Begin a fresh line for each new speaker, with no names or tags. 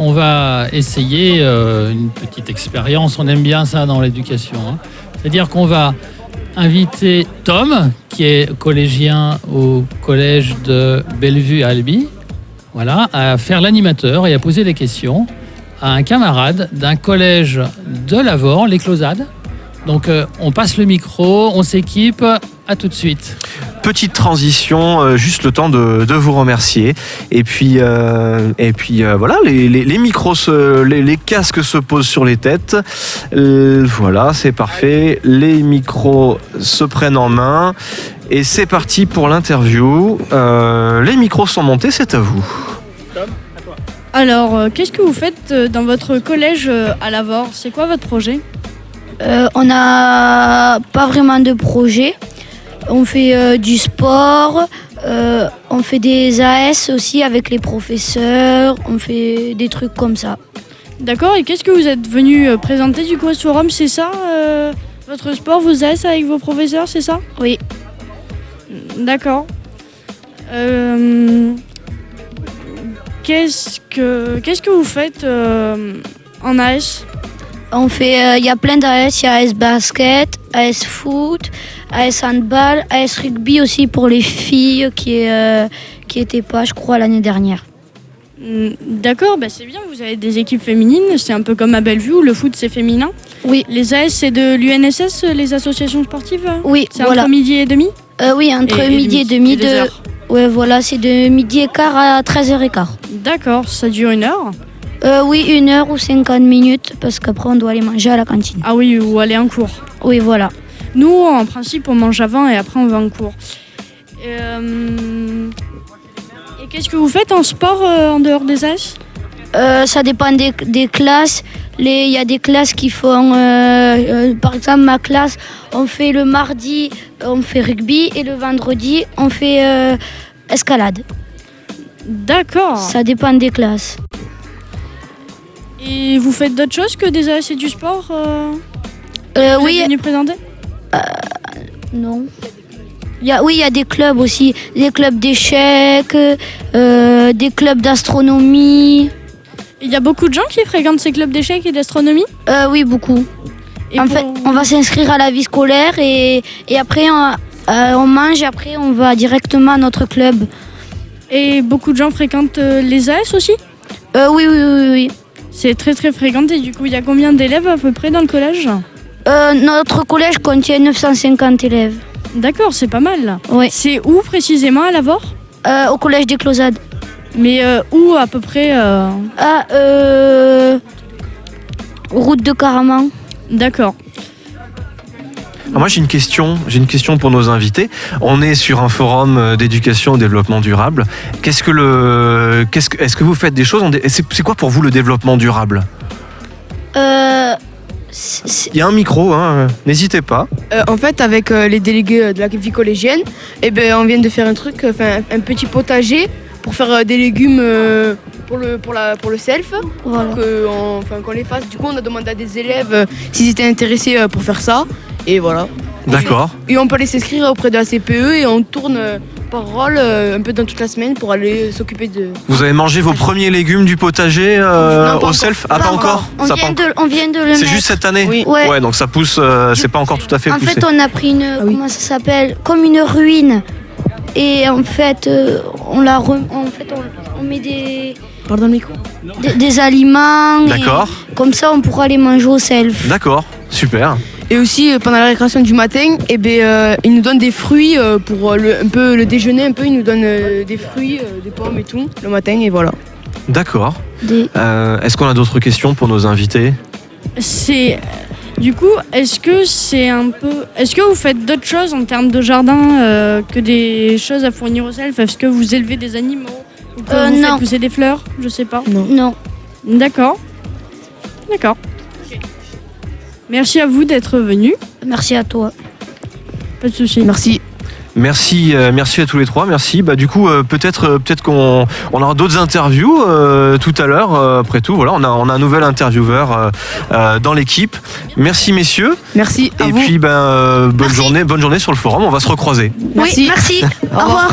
On va essayer euh, une petite expérience. On aime bien ça dans l'éducation. hein. C'est-à-dire qu'on va inviter Tom, qui est collégien au collège de Bellevue à Albi, voilà, à faire l'animateur et à poser des questions à un camarade d'un collège de Lavore, les Closades. Donc euh, on passe le micro, on s'équipe. À tout de suite.
Petite transition, euh, juste le temps de, de vous remercier. Et puis, euh, et puis euh, voilà, les, les- les micros, se, les, les casques se posent sur les têtes. Euh, voilà, c'est parfait. Les micros se prennent en main. Et c'est parti pour l'interview. Euh, les micros sont montés, c'est à vous.
Alors, euh, qu'est-ce que vous faites euh, dans votre collège euh, à Lavore C'est quoi votre projet
Euh, on n'a pas vraiment de projet. On fait euh, du sport, euh, on fait des AS aussi avec les professeurs, on fait des trucs comme ça.
D'accord, et qu'est-ce que vous êtes venu euh, présenter du coup à ce forum C'est ça euh, Votre sport, vos AS avec vos professeurs, c'est ça
Oui.
D'accord. Euh, qu'est-ce, que, qu'est-ce que vous faites euh, en AS
On fait, euh, il y a plein d'AS, il y a AS basket, AS foot, AS handball, AS rugby aussi pour les filles qui euh, qui étaient pas, je crois, l'année dernière.
Mm, D'accord, bah c'est bien, vous avez des équipes féminines, c'est un peu comme à Bellevue où le foot c'est féminin.
Oui.
Les AS c'est de l'UNSS, les associations sportives
Oui,
C'est
voilà.
entre midi et demi
Euh, oui, entre midi et demi.
deux
De...
heures.
Ouais, voilà, c'est de midi et quart à 13h et quart.
D'accord, ça dure une heure.
Euh, oui, une heure ou 50 minutes, parce qu'après on doit aller manger à la cantine.
Ah oui, ou aller en cours.
Oui, voilà.
Nous, en principe, on mange avant et après on va en cours. Euh, Et qu'est-ce que vous faites en sport euh, en dehors des AS
Euh, ça dépend des, des classes. Les- Il y a des classes qui font, euh, euh, par exemple ma classe, on fait le mardi, on fait rugby, et le vendredi, on fait euh, escalade.
D'accord.
Ça dépend des classes.
Et vous faites d'autres choses que des AS et du sport euh,
Euh,
vous
oui,
êtes venu présenter
non. Il y a, oui, il y a des clubs aussi, des clubs d'échecs, euh, des clubs d'astronomie.
Il y a beaucoup de gens qui fréquentent ces clubs d'échecs et d'astronomie
Euh, oui, beaucoup.
Et
en
pour-
fait, on va s'inscrire à la vie scolaire et, et après, on, euh, on mange, après, on va directement à notre club.
Et beaucoup de gens fréquentent euh, les AS aussi
Euh, oui, oui, oui, oui.
C'est très très fréquenté. Du coup, il y a combien d'élèves à peu près dans le collège
Euh, notre collège contient 950 élèves.
D'accord, c'est pas mal.
Oui.
C'est où précisément à Lavore
Euh, au collège des Closades.
Mais euh, où à peu près euh,
Ah, euh, route de Caraman.
D'accord.
Alors Ah, moi j'ai une question, j'ai une question pour nos invités. On est sur un forum euh, d'éducation au développement durable. Qu'est-ce que le, qu'est-ce que, est-ce que vous faites des choses en dé- C'est c'est quoi pour vous le développement durable
Euh, c'est- c'est-
Il y a un micro, hein, euh, n'hésitez pas.
Euh, en fait, avec euh, les délégués euh, de la vie collégienne, eh ben, on vient de faire un truc, euh, 'fin, un petit potager pour faire euh, des légumes euh, pour, le, pour, la, pour le self,
voilà.
que on- 'fin, qu'on les fasse. Du coup, on a demandé à des élèves euh, s'ils étaient intéressés euh, pour faire ça. Et voilà.
D'accord.
Et on peut aller s'inscrire auprès de la CPE et on tourne euh, par rôle euh, un peu dans toute la semaine pour aller euh, s'occuper de.
Vous avez mangé vos premiers légumes du potager euh,
Non, pas
au
encore.
self Ah, pas
Pas
encore
On,
Ça, pas
vient
encore.
de, on vient de le
C'est
mettre.
juste cette année
Oui.
Ouais.
donc ça pousse, euh, c'est pas encore tout à fait
En
poussé.
fait, on a pris une.
oui.
Comment ça s'appelle Comme une ruine. Et en fait, euh, on la re- en fait, on, on met des,
Pardon le micro.
des, des aliments. et
D'accord,
Comme ça, on pourra les manger au self.
d'accord, super.
Et aussi euh, pendant la récréation du matin, eh ben, euh, ils nous donnent des fruits euh, pour euh, le, un peu le déjeuner, un peu ils nous donnent euh, des fruits, euh, des pommes et tout le matin et voilà.
D'accord.
Des-
Euh, Est-ce qu'on a d'autres questions pour nos invités
C'est. Du coup, est-ce que c'est un peu. Est-ce que vous faites d'autres choses en termes de jardin euh, que des choses à fournir au self Est-ce que vous élevez des animaux Ou que
Euh,
vous
non.
faites pousser des fleurs Je sais pas.
Non.
D'accord. D'accord. Merci à vous d'être venus.
Merci à toi.
Pas de souci.
Merci.
Merci, euh, merci à tous les trois. Merci. Bah du coup, euh, peut-être, euh, peut-être qu'on on aura d'autres interviews euh, tout à l'heure. euh, après tout, voilà, on a, on a un nouvel intervieweur euh, euh, dans l'équipe. Merci messieurs.
Merci à
Et
vous.
puis, ben, euh, bonne
Merci.
journée, bonne journée sur le forum. On va se recroiser.
Merci.
Oui, merci.
Au revoir.